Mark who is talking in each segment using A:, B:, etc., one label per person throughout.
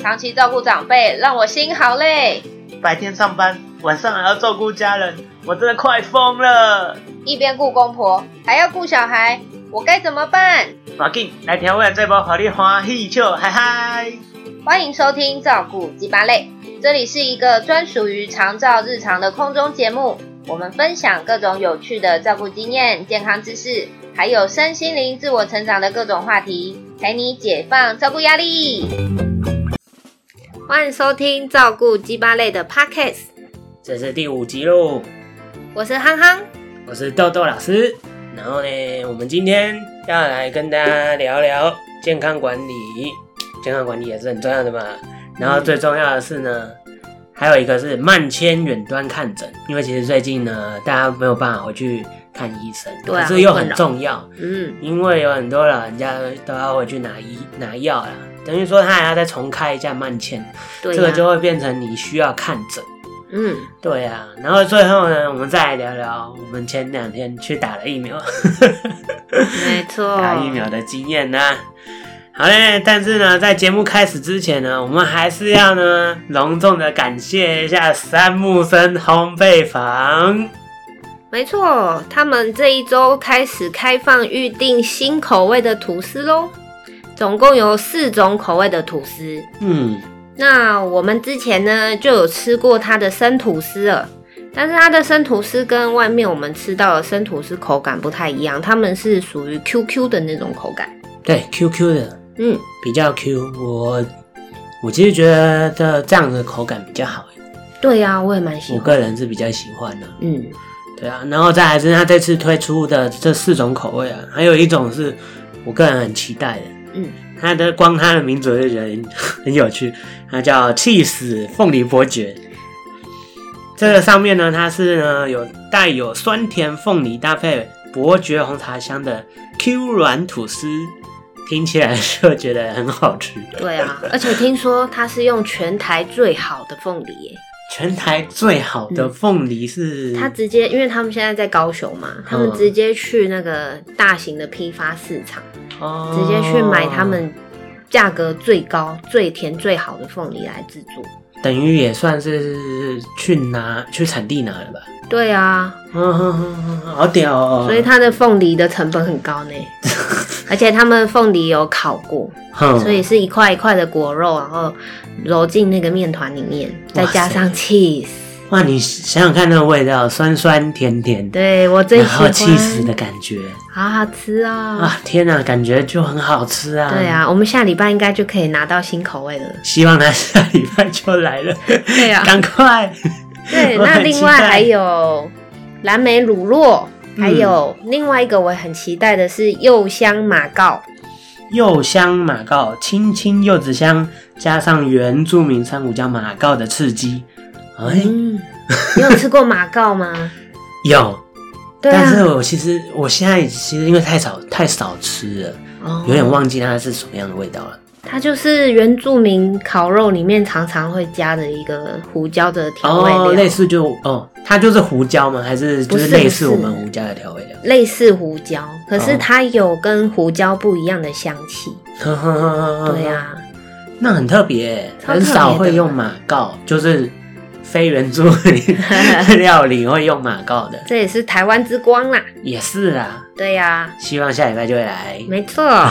A: 长期照顾长辈让我心好累，
B: 白天上班，晚上还要照顾家人，我真的快疯了。
A: 一边顾公婆还要顾小孩，我该怎么办？
B: 马进来调味这包，好你欢喜笑，嗨嗨！
A: 欢迎收听《照顾鸡巴类》，这里是一个专属于长照日常的空中节目，我们分享各种有趣的照顾经验、健康知识，还有身心灵自我成长的各种话题，陪你解放照顾压力。欢迎收听《照顾鸡巴类》的 Podcast，
C: 这是第五集喽，
A: 我是憨憨。
C: 我是豆豆老师。然后呢，我们今天要来跟大家聊聊健康管理，健康管理也是很重要的嘛。然后最重要的是呢，还有一个是慢迁远端看诊，因为其实最近呢，大家没有办法回去看医生，
A: 对啊
C: 可是又
A: 很
C: 很
A: 困扰
C: 重要，
A: 嗯，
C: 因为有很多老人家都要回去拿医拿药啦，等于说他还要再重开一下慢迁，
A: 对、呀
C: 这个就会变成你需要看诊。
A: 嗯，
C: 对啊，然后最后呢，我们再来聊聊我们前两天去打了疫苗，
A: 没错，
C: 打疫苗的经验呢、好嘞，但是呢，在节目开始之前呢，我们还是要呢隆重的感谢一下三木生烘焙坊。
A: 没错，他们这一周开始开放预定新口味的吐司喽，总共有四种口味的吐司。
C: 嗯，
A: 那我们之前呢就有吃过它的生吐司了，但是它的生吐司跟外面我们吃到的生吐司口感不太一样，它们是属于 QQ 的那种口感。
C: 对，QQ 的
A: 嗯，
C: 比较 Q，我我其实觉得这样的口感比较好，
A: 对呀、我也蛮喜
C: 我
A: 欢。
C: 个人是比较喜欢的、
A: 嗯，
C: 对啊，然后再来是他这次推出的这四种口味啊，还有一种是我个人很期待的，
A: 嗯，
C: 它的光它的名字我就觉得很很有趣，它叫气死凤梨伯爵。这个上面呢，它是呢有带有酸甜凤梨搭配伯爵红茶香的 Q 软吐司，听起来就觉得很好吃。
A: 对啊，而且听说它是用全台最好的凤梨耶，
C: 全台最好的凤梨是、
A: 嗯他直接，因为他们现在在高雄
C: 嗯
A: 嘛，他们直接去那个大型的批发市场，
C: 哦
A: 直接去买他们价格最高、最甜、最好的凤梨来制作。
C: 等于也算是去拿去产地拿了吧。
A: 对啊，
C: 嗯，好屌哦！
A: 所以它的凤梨的成本很高 呢，而且他们凤梨有烤过，
C: 哼，
A: 所以是一块一块的果肉，然后揉进那个面团里面，再加上 cheese。
C: 哇，你想想看那个味道，酸酸甜甜，
A: 对我最
C: 然
A: 喜
C: 后
A: 欢，
C: 气死的感觉
A: 好好吃哦。
C: 啊！天哪、感觉就很好吃啊！
A: 对，啊，我们下礼拜应该就可以拿到新口味 了。
C: 希望他下礼拜就来了，
A: 对 啊，
C: 赶快。
A: 对，
C: 我
A: 那
C: 很
A: 另
C: 期
A: 外
C: 待
A: 还有蓝莓乳酪，还
C: 嗯
A: 有另外一个我很期待的是柚香马告。
C: 柚香马告，青青柚子香，加上原住民山谷椒马告的刺激，哎、
A: 嗯， 你有吃过马告 吗？
C: 有。
A: 对
C: 但是
A: 啊，
C: 我其实我现在其实因为太少太少吃了，
A: 哦
C: 有点忘记它是什么样的味道了。
A: 它就是原住民烤肉里面常常会加的一个胡椒的调味料，
C: 哦，类似就哦，它就是胡椒吗？还是
A: 不
C: 就是是类似我们胡椒的调味料？
A: 类似胡椒，可是
C: 哦
A: 它有跟胡椒不一样的香气。 对啊
C: 对，
A: 呀、
C: 那很特别，
A: 超特别
C: 很
A: 的
C: 少会用马告，就是非原住民 料理会用马告的，
A: 这也是台湾之光啦。
C: 也是啦。
A: 对呀、
C: 希望下礼拜就会来。
A: 没 错。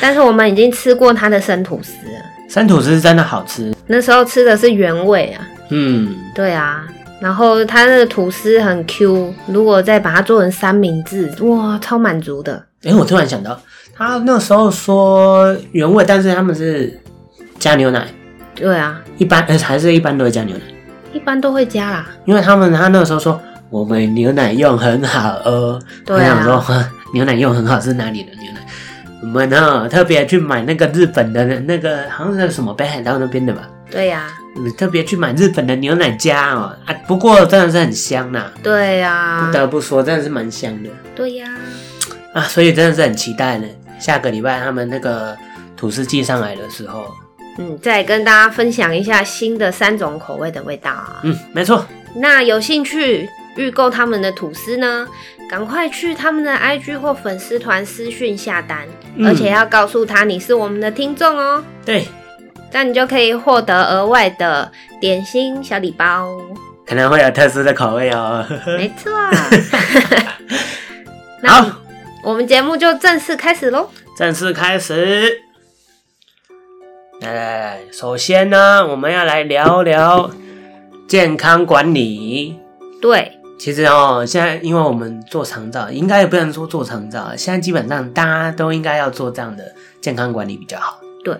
A: 但是我们已经吃过它的生吐司了。
C: 三吐司真的好吃，
A: 那时候吃的是原味啊，
C: 嗯，
A: 对啊，然后它那个吐司很 Q，如果再把它做成三明治，哇，超满足的。
C: 诶，我突然想到，他那时候说原味，但是他们是加牛奶，
A: 对啊，
C: 一般呃还是一般都会加牛奶。
A: 一般都会加啦。
C: 因为他们他那个时候说我们牛奶用很好哦，
A: 对啊
C: 我想说呵牛奶用很好是哪里的牛奶？我们呢特别去买那个日本的那个好像是什么北海道那边的吧，
A: 对呀、
C: 我们特别去买日本的牛奶加哦啊，不过真的是很香呐、
A: 对呀、
C: 不得不说真的是蛮香的
A: 对呀、
C: 啊，所以真的是很期待呢。下个礼拜他们那个吐司寄上来的时候，
A: 嗯，再跟大家分享一下新的三种口味的味道啊。
C: 嗯，没错，
A: 那有兴趣预购他们的吐司呢，赶快去他们的 IG 或粉丝团私讯下单，
C: 嗯
A: 而且要告诉他你是我们的听众哦，
C: 对，
A: 这样你就可以获得额外的点心小礼包。
C: 可能会有特殊的口味哦。
A: 没 错，那
C: 好，
A: 我们节目就正式开始喽。
C: 正式开始。来来来，首先呢，我们要来聊聊健康管理。
A: 对，
C: 其实哦，现在因为我们做长照，应该也不能说做长照，现在基本上大家都应该要做这样的健康管理比较好。
A: 对，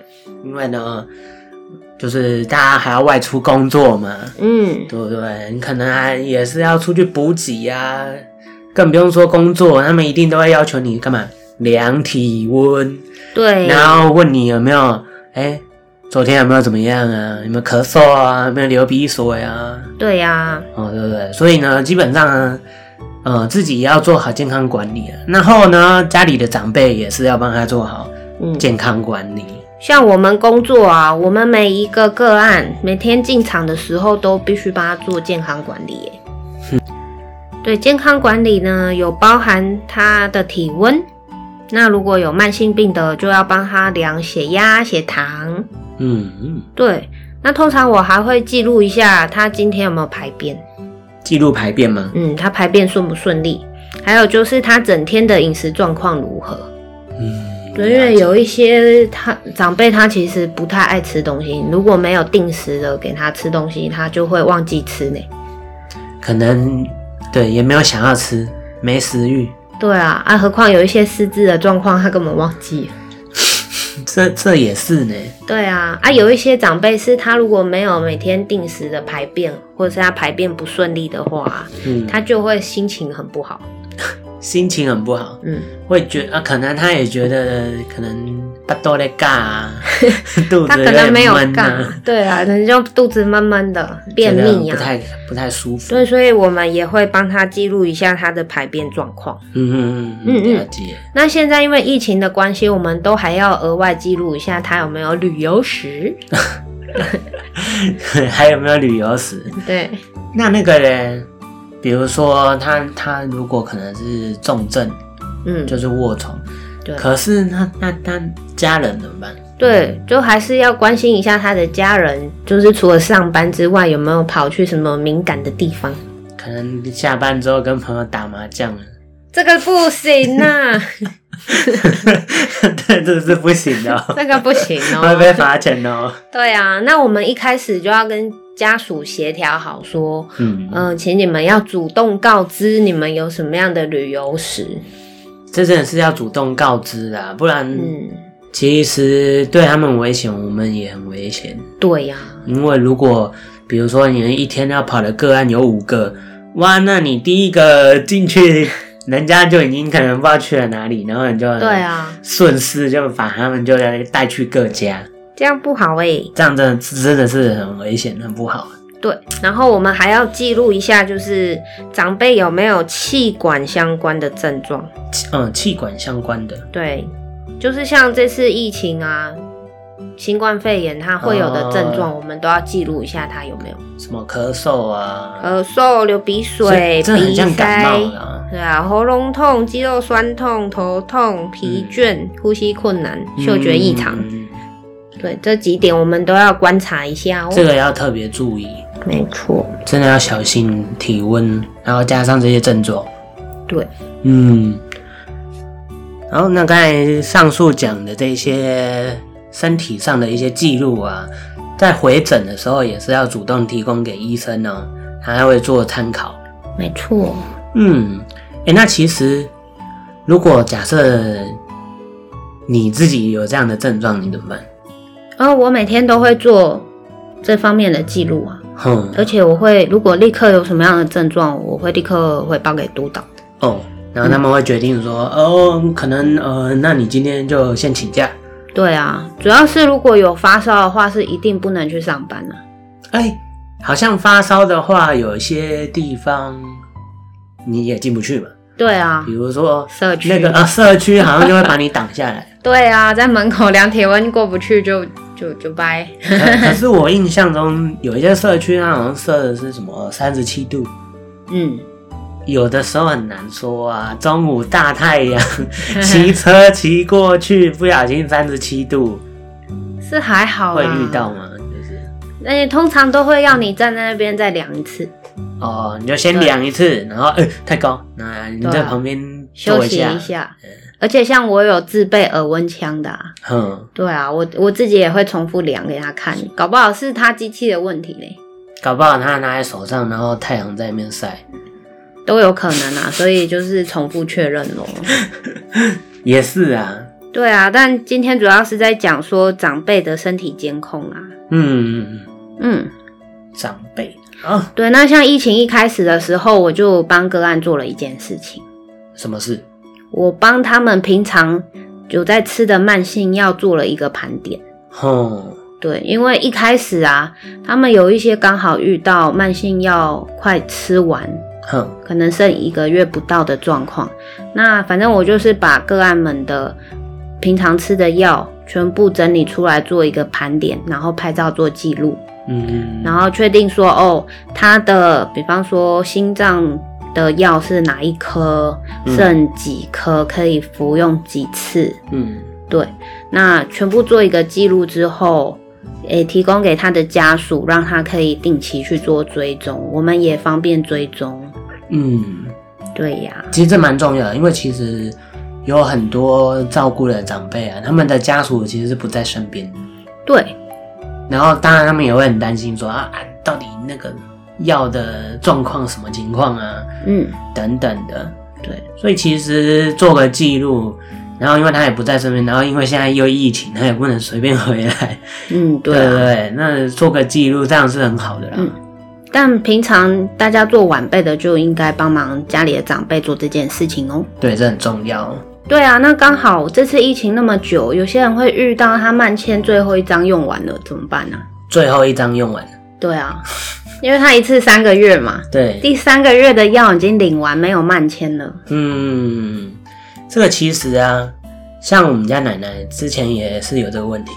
C: 因为呢，就是大家还要外出工作嘛，
A: 嗯，
C: 对不对？你可能还也是要出去补给呀、更不用说工作，他们一定都会要求你干嘛？量体温，
A: 对，
C: 然后问你有没有，哎，昨天有没有怎么样啊？有没有咳嗽啊？有没有流鼻水啊？
A: 对呀、
C: 哦，对不对？所以呢，基本上呢，呃，自己也要做好健康管理啊。然后呢，家里的长辈也是要帮他做好
A: 嗯，
C: 健康管理。
A: 像我们工作啊，我们每一个个案每天进场的时候都必须帮他做健康管理耶。对，健康管理呢有包含他的体温，那如果有慢性病的，就要帮他量血压、血糖。
C: 嗯嗯，
A: 对，那通常我还会记录一下他今天有没有排便，
C: 记录排便吗？
A: 嗯，他排便顺不顺利，还有就是他整天的饮食状况如何。
C: 嗯，
A: 对，因为有一些他长辈他其实不太爱吃东西，如果没有定时的给他吃东西，他就会忘记吃呢。
C: 可能对也没有想要吃，没食欲。
A: 对啊，啊，何况有一些失智的状况，他根本忘记了。
C: 这这也是呢，
A: 对啊，啊，有一些长辈是他如果没有每天定时的排便，或者是他排便不顺利的话，
C: 嗯，
A: 他就会心情很不好。
C: 心情很不好，
A: 嗯，
C: 会觉啊，可能他也觉得可能巴豆在尬 啊，肚 子
A: 他可
C: 有
A: 能
C: 点
A: 没有
C: 闷
A: 干
C: 啊，，
A: 对啊，可能就肚子闷闷的，便
C: 觉得
A: 秘
C: 不
A: 啊。
C: 太不太舒服。
A: 对，所以我们也会帮他记录一下他的排便状况。
C: 嗯嗯
A: 嗯
C: 嗯，
A: 嗯
C: 了解。
A: 那现在因为疫情的关系，我们都还要额外记录一下他有没有旅游史。
C: 还有没有旅游史？
A: 对，
C: 那那个人，比如说他他如果可能是重症，
A: 嗯，
C: 就是卧床，
A: 对
C: 可是那那他家人怎么办？
A: 对，就还是要关心一下他的家人，就是除了上班之外，有没有跑去什么敏感的地方？
C: 可能下班之后跟朋友打麻将啊了。
A: 这个不行啊，
C: 对，这是不行 的、哦，
A: 这个不行
C: 会被
A: 哦。
C: 罚钱的哦。
A: 对啊，那我们一开始就要跟家属协调好，说，
C: 嗯，
A: 嗯、请你们要主动告知你们有什么样的旅游史。
C: 这真的是要主动告知啦，不然
A: 嗯，
C: 其实对他们危险，我们也很危险。
A: 对呀、
C: 因为如果比如说你们一天要跑的个案有五个，哇，那你第一个进去， 人家就已经可能不知道去了哪里，然后你就
A: 对，啊，
C: 顺势就把他们就带去各家，
A: 这样不好哎、
C: 这样真的真的是很危险，很不好。
A: 对，然后我们还要记录一下，就是长辈有没有气管相关的症状。
C: 气嗯，气管相关的
A: 对，就是像这次疫情啊，新冠肺炎它会有的症状，我们都要记录一下它有没有
C: 什么咳嗽啊，
A: 咳嗽、流鼻水、
C: 这这很
A: 鼻
C: 像感
A: 塞
C: 冒。啦。
A: 对啊，喉咙痛、肌肉酸痛、头痛、疲倦、呼吸困难、嗅觉异常，
C: 嗯
A: 对这几点我们都要观察一下哦。
C: 这个要特别注意，
A: 没错，
C: 真的要小心体温，然后加上这些症状。
A: 对，
C: 嗯，然后那刚才上述讲的这些身体上的一些记录啊，在回诊的时候也是要主动提供给医生哦，他会做参考。
A: 没错，
C: 嗯，诶，那其实如果假设你自己有这样的症状，你怎么办？
A: 然后啊我每天都会做这方面的记录啊，
C: 哼、
A: 而且我会如果立刻有什么样的症状，我会立刻汇报给督导。
C: 哦，然后他们会决定说，哦，可能呃，那你今天就先请假。
A: 对啊，主要是如果有发烧的话，是一定不能去上班啊的、
C: 哎，好像发烧的话，有一些地方你也进不去嘛，
A: 对啊
C: 比，如说
A: 社区
C: 那个啊，社区好像就会把你挡下来。
A: 对啊，在门口量体温过不去就就就掰。
C: 可可是我印象中有一些社区，它好像设的是什么三十七度，
A: 嗯，
C: 有的时候很难说啊。中午大 太阳，骑车骑过去，不小心三十七度，
A: 是还好
C: 会
A: 啦
C: 遇到？吗？就是
A: 而且通常都会要你站在那边再量一次，
C: 哦，你就先
A: 对
C: 量一次，然后哎、太高，那你
A: 对啊
C: 在旁边
A: 休
C: 坐
A: 息
C: 下
A: 一，下。而且像我有自备耳温枪的、啊，
C: 嗯，
A: 对啊，我我自己也会重复量给他看，搞不好是他机器的问题嘞，
C: 搞不好他拿在手上，然后太阳在那边晒，
A: 都有可能啊。所以就是重复确认咯。
C: 也是啊，
A: 对啊，但今天主要是在讲说长辈的身体监控啊。
C: 嗯，嗯
A: 嗯，
C: 嗯长辈啊，
A: 对。那像疫情一开始的时候，我就帮个案做了一件事情，
C: 什么事？
A: 我帮他们平常有在吃的慢性药做了一个盘点。
C: 哼，
A: 对，因为一开始啊，他们有一些刚好遇到慢性药快吃完，
C: 哼，
A: 可能剩一个月不到的状况。那反正我就是把个案们的平常吃的药全部整理出来做一个盘点，然后拍照做记录，
C: 嗯，
A: 然后确定说哦，他的比方说心脏的药是哪一颗，
C: 嗯
A: 剩几颗可以服用几次，
C: 嗯
A: 对，那全部做一个记录之后，诶，提供给他的家属，让他可以定期去做追踪，我们也方便追踪。
C: 嗯。
A: 对呀、
C: 其实这蛮重要的，因为其实有很多照顾的长辈啊，他们的家属其实是不在身边，
A: 对
C: 然后当然他们也会很担心说啊啊，到底那个药的状况什么情况啊，
A: 嗯，
C: 等等的，
A: 对，
C: 所以其实做个记录。然后因为他也不在身边，然后因为现在又疫情，他也不能随便回来，
A: 嗯，对
C: 对
A: 啊、
C: 对对，那做个记录这样是很好的啦。
A: 嗯但平常大家做晚辈的就应该帮忙家里的长辈做这件事情哦。
C: 对，这很重要。
A: 对啊，那刚好这次疫情那么久，有些人会遇到他慢签最后一张用完了，怎么办呢、
C: 最后一张用完了，
A: 对 啊，因为他一次三个月嘛，
C: 对，
A: 第三个月的药已经领完，没有慢签了。
C: 嗯，这个其实啊，像我们家奶奶之前也是有这个问题。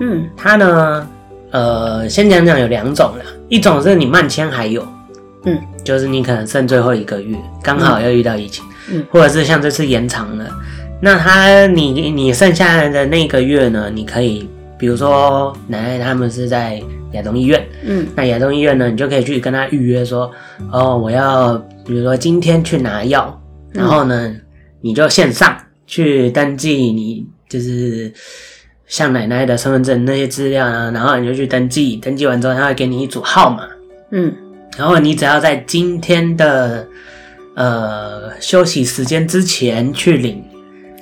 A: 嗯，
C: 她呢，呃，先讲讲有两种啦，一种是你慢签还有，
A: 嗯，
C: 就是你可能剩最后一个月，刚好又遇到疫情，
A: 嗯
C: 或者是像这次延长了，那她你你剩下来的那个月呢，你可以，比如说奶奶他们是在亚东医院，
A: 嗯
C: 那亚东医院呢，你就可以去跟他预约说，哦，我要比如说今天去拿药，然后呢，你就线上去登记你就是像奶奶的身份证那些资料呢，然后你就去登记，登记完之后他会给你一组号码，
A: 嗯
C: 然后你只要在今天的呃休息时间之前去领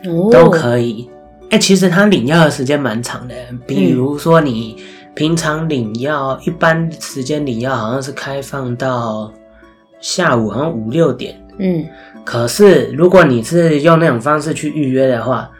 A: 哦
C: 都可以。哎、其实他领药的时间蛮长的，
A: 嗯
C: 比如说你平常领药，一般时间领药好像是开放到下午，好像五六点。
A: 嗯
C: 可是如果你是用那种方式去预约的话，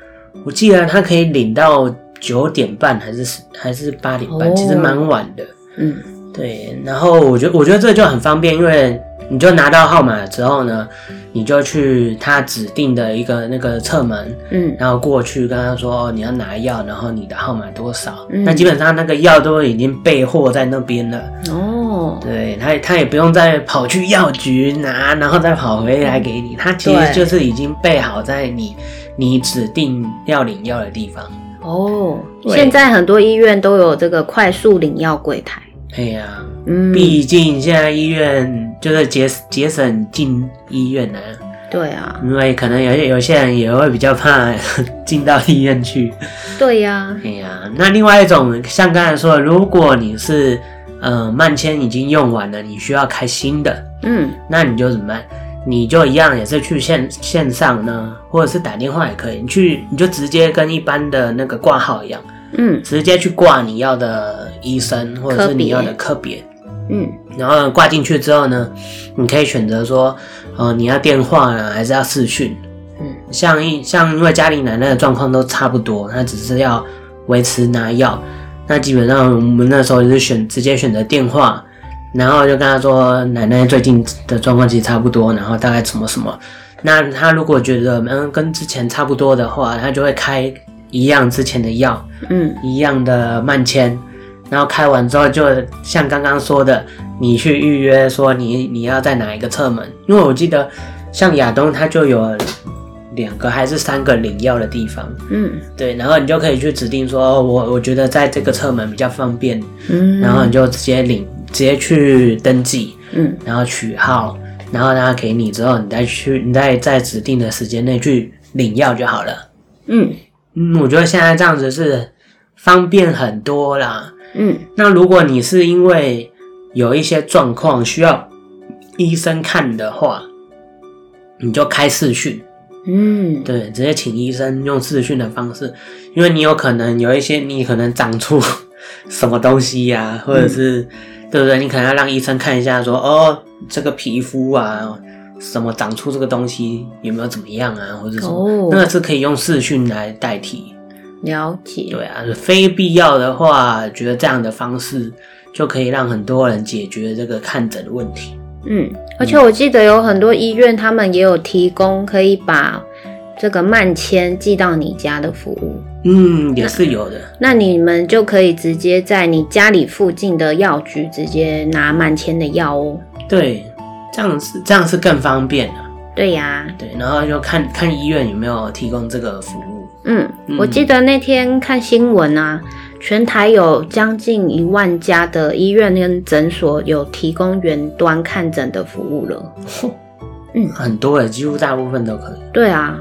C: 我记得他可以领到九点半还是10还是八点半，
A: 哦
C: 其实蛮晚的。
A: 嗯
C: 对，然后我觉得我觉得这就很方便，因为你就拿到号码之后呢，你就去他指定的一个那个侧门，
A: 嗯
C: 然后过去跟他说、哦、你要拿药，然后你的号码多少，
A: 嗯
C: 那基本上那个药都已经备货在那边了，
A: 哦，
C: 对他也他也不用再跑去药局拿，然后再跑回来给你，他其实
A: 对
C: 就是已经备好在你你指定要领药的地方。
A: 哦，
C: 对
A: 现在很多医院都有这个快速领药柜台。
C: 哎呀，
A: 嗯，
C: 毕竟现在医院就是节节省进医院呢、啊，
A: 对啊，
C: 因为可能有些有些人也会比较怕进到医院去。
A: 对呀、
C: 哎呀，那另外一种，像刚才说的，如果你是呃慢签已经用完了，你需要开新的，
A: 嗯
C: 那你就怎么办？你就一样也是去线线上呢，或者是打电话也可以，你去你就直接跟一般的那个挂号一样，
A: 嗯
C: 直接去挂你要的医生或者是你要的科别，
A: 嗯
C: 然后挂进去之后呢，你可以选择说，呃，你要电话呢，还是要视讯？
A: 嗯，
C: 像一像因为家里奶奶的状况都差不多，她只是要维持拿药，那基本上我们那时候就是选直接选择电话，然后就跟她说奶奶最近的状况其实差不多，然后大概什么什么。那她如果觉得嗯跟之前差不多的话，她就会开一样之前的药，
A: 嗯
C: 一样的慢签，然后开完之后，就像刚刚说的，你去预约说你你要在哪一个侧门，因为我记得像亚东他就有两个还是三个领药的地方，
A: 嗯
C: 对，然后你就可以去指定说，哦我我觉得在这个侧门比较方便，
A: 嗯，
C: 然后你就直接领直接去登记，
A: 嗯
C: 然后取号，然后让他给你之后，你再去你再在指定的时间内去领药就好了。
A: 嗯
C: 嗯，我觉得现在这样子是方便很多啦。
A: 嗯
C: 那如果你是因为有一些状况需要医生看的话，你就开视讯，
A: 嗯，
C: 对，直接请医生用视讯的方式，因为你有可能有一些你可能长出 什么东西呀、或者是、对不对？你可能要让医生看一下说，哦，这个皮肤啊。什么长出这个东西有没有怎么样啊，或者什么
A: 哦
C: 那个是可以用视讯来代替。
A: 了解，
C: 对啊，非必要的话，觉得这样的方式就可以让很多人解决这个看诊的问题。
A: 嗯，而且我记得有很多医院他们也有提供可以把这个慢签寄到你家的服务。
C: 嗯，也是有的。
A: 那你们就可以直接在你家里附近的药局直接拿慢签的药哦。
C: 对，这样是这样是更方便的。
A: 对呀、
C: 对，然后就看看医院有没有提供这个服务。
A: 嗯，
C: 嗯
A: 我记得那天看新闻啊，全台有将近一万家的医院跟诊所有提供远端看诊的服务了。
C: 很多的，几乎大部分都可以。
A: 对啊，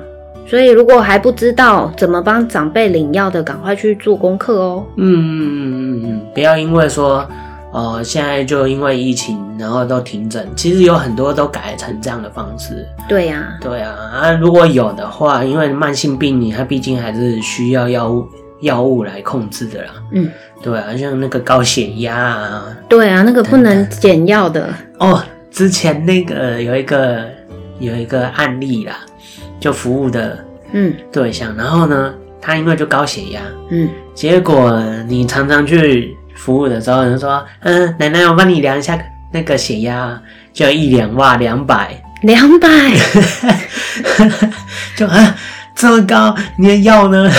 A: 所以如果还不知道怎么帮长辈领药的，赶快去做功课哦。
C: 嗯嗯嗯嗯嗯，不要因为说，呃，现在就因为疫情，然后都停诊。其实有很多都改成这样的方式。
A: 对呀、
C: 对啊，啊，如果有的话，因为慢性病你它毕竟还是需要药物药物来控制的啦。
A: 嗯，
C: 对啊，像那个高血压啊，
A: 对啊，那个不能减药的。
C: 哦，之前那个呃有一个有一个案例啦，就服务的
A: 嗯
C: 对象，然后呢，他因为就高血压，
A: 嗯，
C: 结果你常常去服务的时候，你就说，嗯，奶奶，我帮你量一下那个血压，啊就一量哇，两百，
A: 两百，
C: 就啊这么高，你的药呢？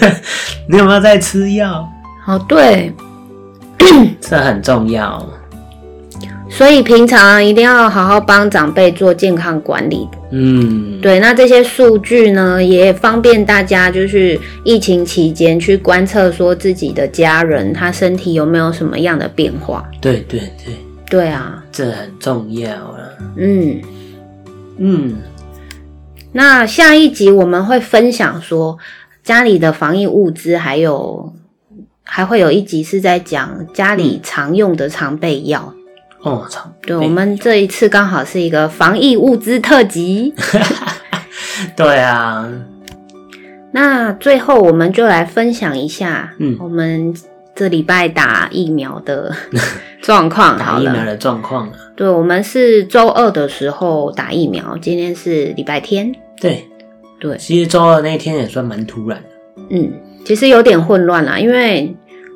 C: 你有没有在吃药？
A: 哦对，
C: 这很重要。
A: 所以平常一定要好好帮长辈做健康管理。
C: 嗯，
A: 对，那这些数据呢，也方便大家就是疫情期间去观测，说自己的家人他身体有没有什么样的变化。
C: 对对对，
A: 对啊，
C: 这很重要啊。
A: 嗯，
C: 嗯，
A: 那下一集我们会分享说家里的防疫物资，还有还会有一集是在讲家里常用的常备药。
C: 哦操，
A: 对，我们这一次刚好是一个防疫物资特辑。
C: 对啊，
A: 那最后我们就来分享一下，
C: 嗯
A: 我们这礼拜打疫苗 的状况好
C: 打疫苗
A: 了。
C: 的状况啊，
A: 对，我们是周二的时候打疫苗，今天是礼拜天。
C: 对，
A: 对，
C: 其实周二那天也算蛮突然的。
A: 嗯，其实有点混乱啦，因为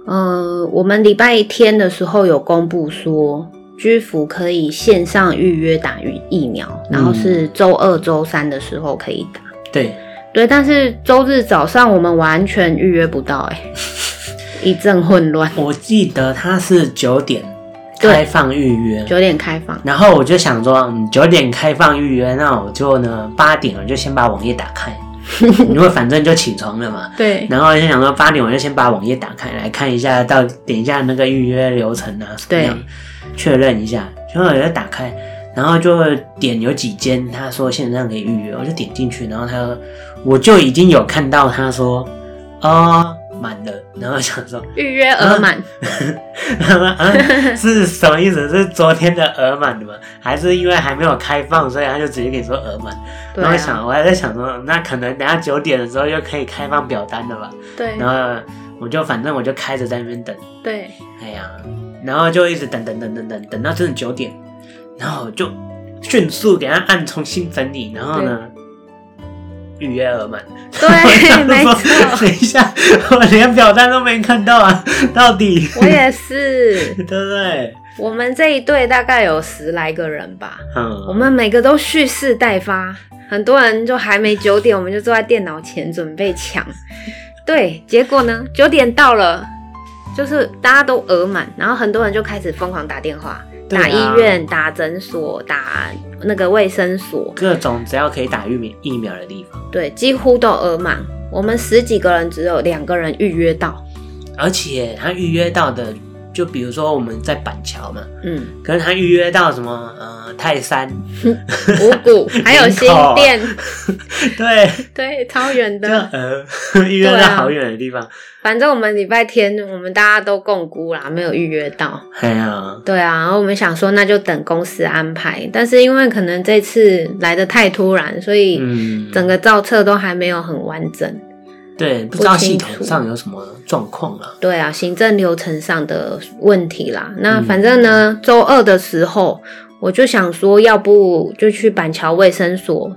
A: 呃，我们礼拜天的时候有公布说，居服可以线上预约打疫疫苗，然后是周二、周三的时候可以打。
C: 对，
A: 对，但是周日早上我们完全预约不到、 哎，一阵混乱，
C: 我记得他是九点
A: 对
C: 开放预约，
A: 九点开放。
C: 然后我就想说，嗯，九点开放预约，那我就呢八点我就先把网页打开，因为反正就起床了嘛。
A: 对
C: 然后就想说八点我就先把网页打开来看一下，到点一下那个预约流程啊，什么样确认一下。结果我就打开，然后就点有几间，他说线上可以预约，我就点进去，然后他说我就已经有看到他说哦满了，然后想说
A: 预约额满，
C: 啊是什么意思？是昨天的额满的吗？还是因为还没有开放，所以他就直接给你说额满？
A: 对
C: 然
A: 啊，
C: 后想，我还在想说，那可能等下九点的时候就可以开放表单了吧？
A: 对
C: 然后我就反正我就开着在那边等，
A: 对，
C: 哎呀，然后就一直等等等等等，等到真的九点，然后我就迅速给他按重新整理，然后呢，预约额满。，
A: 对没
C: 我想说
A: 错，
C: 等一下，我连表单都没看到啊，到底
A: 我也是。
C: 对不对？
A: 我们这一队大概有十来个人吧，
C: 嗯，
A: 我们每个都蓄势待发，很多人就还没九点，我们就坐在电脑前准备抢。对，结果呢，九点到了，就是大家都额满，然后很多人就开始疯狂打电话，
C: 对啊
A: 打医院、打诊所、打那个卫生所，
C: 各种只要可以打疫苗疫苗的地方，
A: 对，几乎都额满。我们十几个人只有两个人预约到，
C: 而且他预约到的，就比如说我们在板桥嘛，
A: 嗯，
C: 可能他预约到什么呃泰山，
A: 五 谷还有新店，
C: 啊对，
A: 对，超远
C: 就
A: 的。
C: 呃 预约
A: 对
C: 到
A: 啊
C: 好远的地方，
A: 反正我们礼拜天我们大家都共估啦，没有预约到。
C: 哎呀，
A: 对啊，然后我们想说那就等公司安排，但是因为可能这次来的太突然，所以
C: 嗯，
A: 整个造册都还没有很完整。
C: 对，不知道
A: 不清
C: 系
A: 楚
C: 统上有什么状况啊，
A: 对啊，行政流程上的问题啦。那
C: 嗯
A: 反正呢，周二的时候我就想说，要不就去板桥卫生所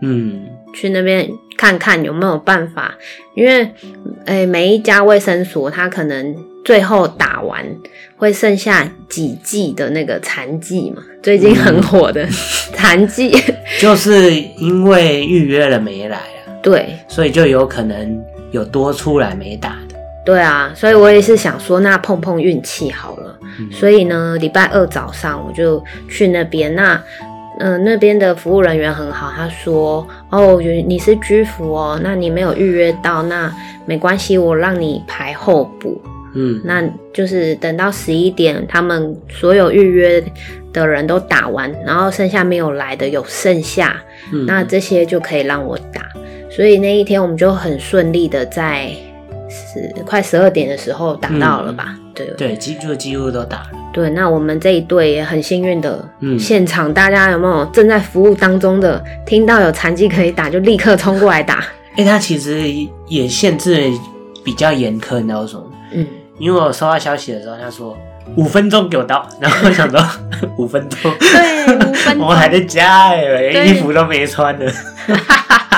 C: 嗯，
A: 去那边看看有没有办法，因为诶、每一家卫生所它可能最后打完会剩下几剂的那个残剂嘛，最近很火的残剂，
C: 嗯就是因为预约了没来啊，
A: 对。
C: 所以就有可能有多出来没打的，
A: 对啊，所以我也是想说，那碰碰运气好了。
C: 嗯
A: 所以呢，礼拜二早上我就去那边。那，嗯、那边的服务人员很好，他说：“哦，你你是居服哦，那你没有预约到，那没关系，我让你排候补。
C: 嗯，
A: 那就是等到十一点，他们所有预约的人都打完，然后剩下没有来的有剩下，
C: 嗯
A: 那这些就可以让我打。所以那一天我们就很顺利的在十快十二点的时候打到了吧？对
C: 嗯对几就几乎都打了，
A: 对，那我们这一队也很幸运的，
C: 嗯
A: 现场大家有没有正在服务当中的，听到有残疾可以打就立刻冲过来打？
C: 哎，他其实也限制比较严苛，你知道为什么吗？
A: 嗯，
C: 因为我收到消息的时候，他说五分钟给我到，然后我想说五分钟，
A: 对，五分
C: 我还在家哎、
A: 对
C: 衣服都没穿呢。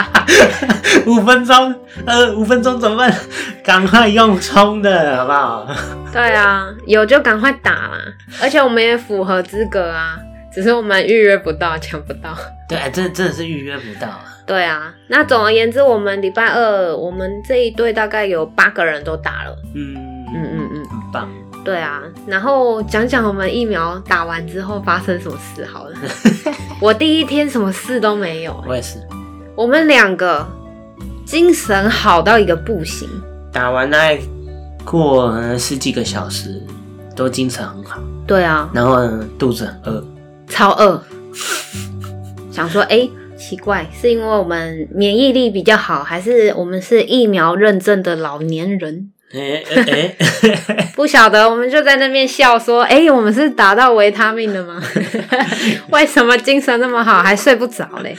C: 五分钟，呃，五分钟怎么办？赶快用冲的好不好？
A: 对啊，有就赶快打啦，而且我们也符合资格啊，只是我们预约不到，抢不到。
C: 对，真的真的是预约不到啊。
A: 对啊，那总而言之，我们礼拜二我们这一队大概有八个人都打了，
C: 嗯
A: 嗯嗯嗯，
C: 很棒。
A: 对啊。然后讲讲我们疫苗打完之后发生什么事好 了。我第一天什么事都没有、欸
C: 我也是，
A: 我们两个精神好到一个不行，
C: 打完大概过呃十几个小时，都精神很好，
A: 对啊，
C: 然后呢肚子很饿。
A: 超饿，想说哎、诶奇怪，是因为我们免疫力比较好，还是我们是疫苗认证的老年人？
C: 哎哎 哎，
A: 不晓得，我们就在那边笑说：“哎、我们是打到维他命了 吗？为什么精神那么好，还睡不着嘞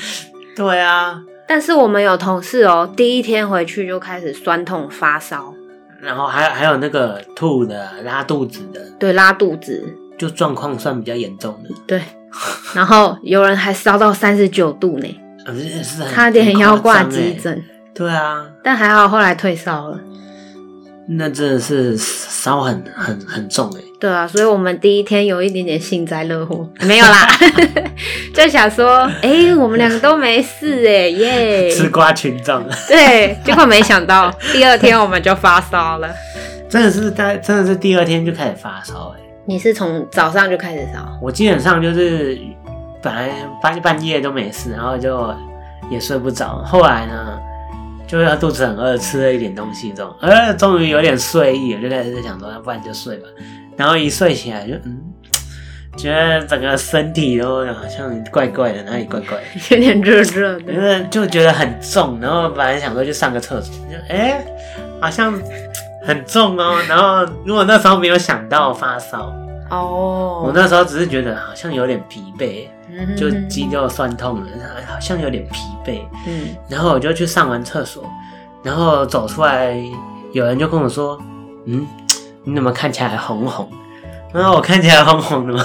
C: 对啊，？”
A: 但是我们有同事哦，第一天回去就开始酸痛发烧，
C: 然后还有还有那个吐的、啊拉肚子的，
A: 对，拉肚子，
C: 就状况算比较严重的，
A: 对，然后有人还烧到三十九度 呢，
C: 呃是是很
A: 差点要挂
C: 很夸张欸
A: 急诊，
C: 对啊，
A: 但还好后来退烧了。
C: 那真的是烧很很很重哎、
A: 对啊，所以我们第一天有一点点幸灾乐祸， 没有啦，就想说，哎、我们两个都没事哎、耶、
C: 吃瓜群众，
A: 对，结果没想到第二天我们就发烧了。
C: 真的是大真的是第二天就开始发烧哎、
A: 你是从早上就开始烧？
C: 我基本上就是本来半半夜都没事，然后就也睡不着，后来呢。就是肚子很饿，吃了一点东西之后，呃，终于有点睡意了，就开始想说，要不然就睡吧。然后一睡起来就，嗯，觉得整个身体都好像怪怪的，哪里怪怪的。
A: 有点热热
C: 因
A: 的。
C: 为就觉得很重，然后本来想说去上个厕所，就哎、好像很重哦。然后如果那时候没有想到发烧，我
A: 哦，
C: 那时候只是觉得好像有点疲惫，
A: 嗯
C: 就肌肉酸痛了，好像有点疲惫。
A: 嗯，
C: 然后我就去上完厕所，然后走出来，有人就跟我说：“嗯，你怎么看起来红红？”然后我看起来红红的 吗？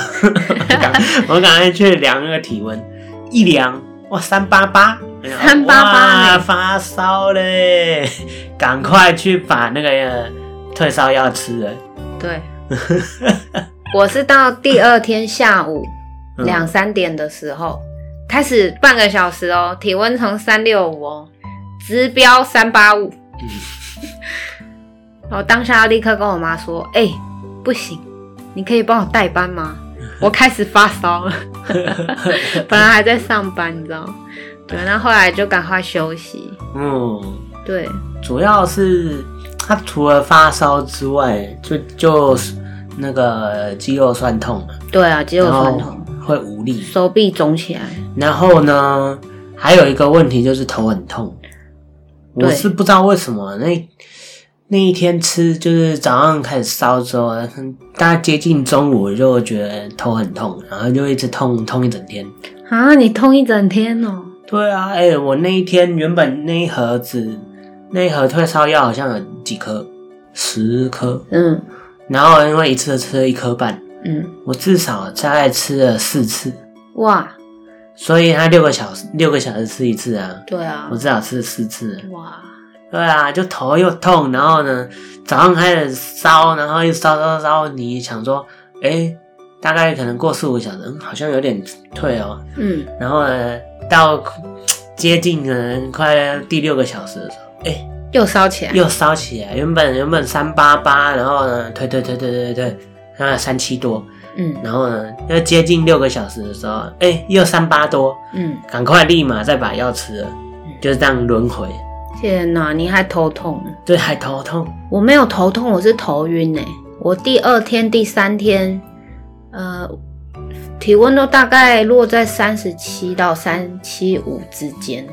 C: 我赶我赶快去量那个体温，一量，哇，三八八，哎
A: 388呢
C: 哇发烧嘞！赶快去把那个呃退烧药吃了。
A: 对。我是到第二天下午
C: 嗯
A: 两三点的时候、开始，半个小时哦，体温从三六五哦，直飙三八五。然后当下立刻跟我妈说：“哎、不行，你可以帮我代班吗？我开始发烧了，本来还在上班，你知道？对，那后来就赶快休息。
C: 嗯，
A: 对，
C: 主要是他除了发烧之外，就就是那个肌肉酸痛嘛，
A: 对啊，肌肉酸痛，
C: 然后会无力，
A: 手臂肿起来。
C: 然后呢，还有一个问题就是头很痛，
A: 对
C: 我是不知道为什么那那一天吃就是早上开始烧之后，大概接近中午我就觉得头很痛，然后就一直痛痛一整天。
A: 啊，你痛一整天哦。
C: 对啊，哎、我那一天原本那一盒子那一盒退烧药好像有几颗，十颗，
A: 嗯
C: 然后因为一次吃了一颗半，
A: 嗯，
C: 我至少大概吃了四次，
A: 哇，
C: 所以它六个小时六个小时吃一次啊，
A: 对啊
C: 我，至少吃了四次啊。
A: 哇，
C: 对啊，就头又痛，然后呢，早上开始烧，然后又烧烧烧，你想说，哎，大概可能过四五个小时，嗯，好像有点退哦。
A: 嗯，
C: 然后呢，到接近可能快第六个小时的时候，哎，
A: 又烧起来。
C: 又烧起来。原本原本三八八，然后呢，退退退退退退，啊，三七多，
A: 嗯
C: 然后呢，又接近六个小时的时候，哎，又三八多，
A: 嗯，
C: 赶快立马再把药吃了，就是这样轮回。
A: 天哪，你还头痛？
C: 对，还头痛。
A: 我没有头痛，我是头晕呢、我第二天、第三天，呃，体温都大概落在三十七到三七五之间。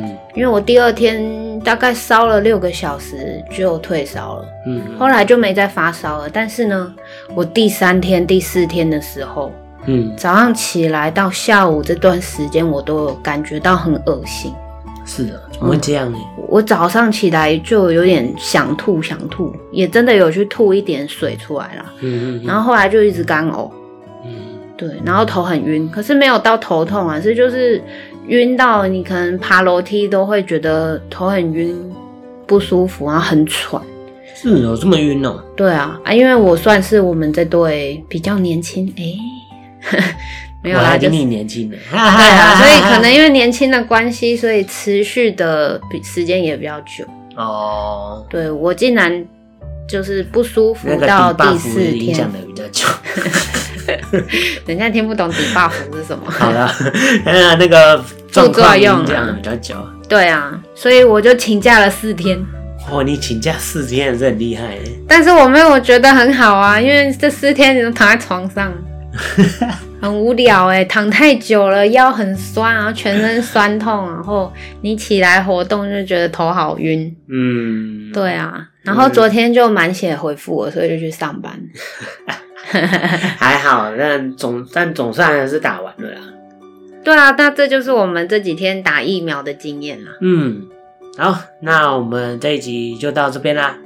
C: 嗯
A: 因为我第二天大概烧了六个小时就退烧了，
C: 嗯，
A: 后来就没再发烧了。但是呢，我第三天、第四天的时候，
C: 嗯，
A: 早上起来到下午这段时间，我都有感觉到很恶心。
C: 是的，怎么会这样欸呢？
A: 我早上起来就有点想吐，想吐，也真的有去吐一点水出来啦。
C: 嗯嗯，
A: 然后后来就一直干呕，
C: 嗯
A: 对，然后头很晕，可是没有到头痛啊，是就是晕到你可能爬楼梯都会觉得头很晕，不舒服，然后很喘。
C: 是有这么晕哦？
A: 对啊，啊，因为我算是我们这对比较年轻，诶， 没有
C: 我
A: 啦，
C: 还
A: 就
C: 比
A: 是
C: 你年轻呢。对
A: 对啊， 所以可能因为年轻的关系，所以持续的比时间也比较久。
C: 哦，
A: 对我竟然就是不舒服
C: 那个
A: 到
C: debuff
A: 第四
C: 影
A: 天
C: 响，的比较 久。
A: 人家听不懂 debuff 是什么。
C: 好了，嗯，那个状况影
A: 副作用
C: 响的
A: 啊
C: 比较久。
A: 对啊，所以我就请假了四天，
C: 哦，你请假四天是很厉害欸耶。
A: 但是我没有觉得很好啊，因为这四天你都躺在床 上，很无聊哎、躺太久了腰很酸，然后全身酸痛，然后你起来活动就觉得头好晕。
C: 嗯，
A: 对，啊，然后昨天就满血回复我，所以就去上班。
C: 还好，但总但总算还是打完了啦。
A: 对啊，那这就是我们这几天打疫苗的经验啦。
C: 嗯，好，那我们这一集就到这边啦。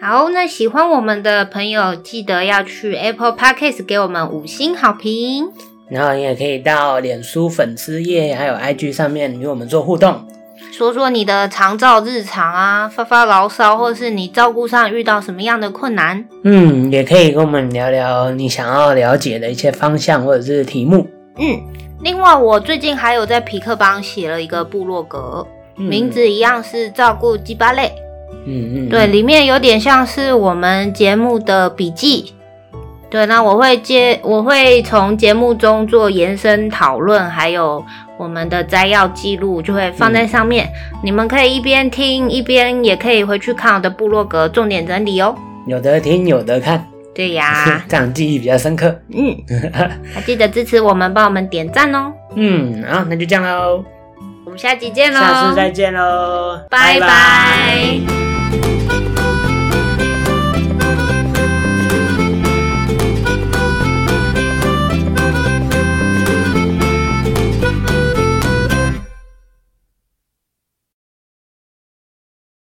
D: 好，那喜欢我们的朋友，记得要去 Apple Podcast 给我们五星好评。
C: 然后你也可以到脸书粉丝页还有 IG 上面与我们做互动。
D: 说说你的长照日常啊，发发牢骚，或是你照顾上遇到什么样的困难。
C: 嗯，也可以跟我们聊聊你想要了解的一些方向或者是题目。
D: 嗯，另外我最近还有在皮克邦写了一个部落格，
C: 嗯
D: 名字一样是照顾鸡巴类，
C: 嗯嗯，
D: 对，里面有点像是我们节目的笔记。对，那我会接，我会从节目中做延伸讨论，还有我们的摘要记录就会放在上面，你们可以一边听一边也可以回去看我的部落格重点整理哦。
C: 有的听有的看，
D: 对 呀，
C: 这样记忆比较深刻。
D: 啊嗯，还记得支持我们，帮我们点赞哦。
C: 嗯，好，那就这样喽，
D: 我们下集见喽，哦
C: 下次再见喽，
D: 拜拜
C: 拜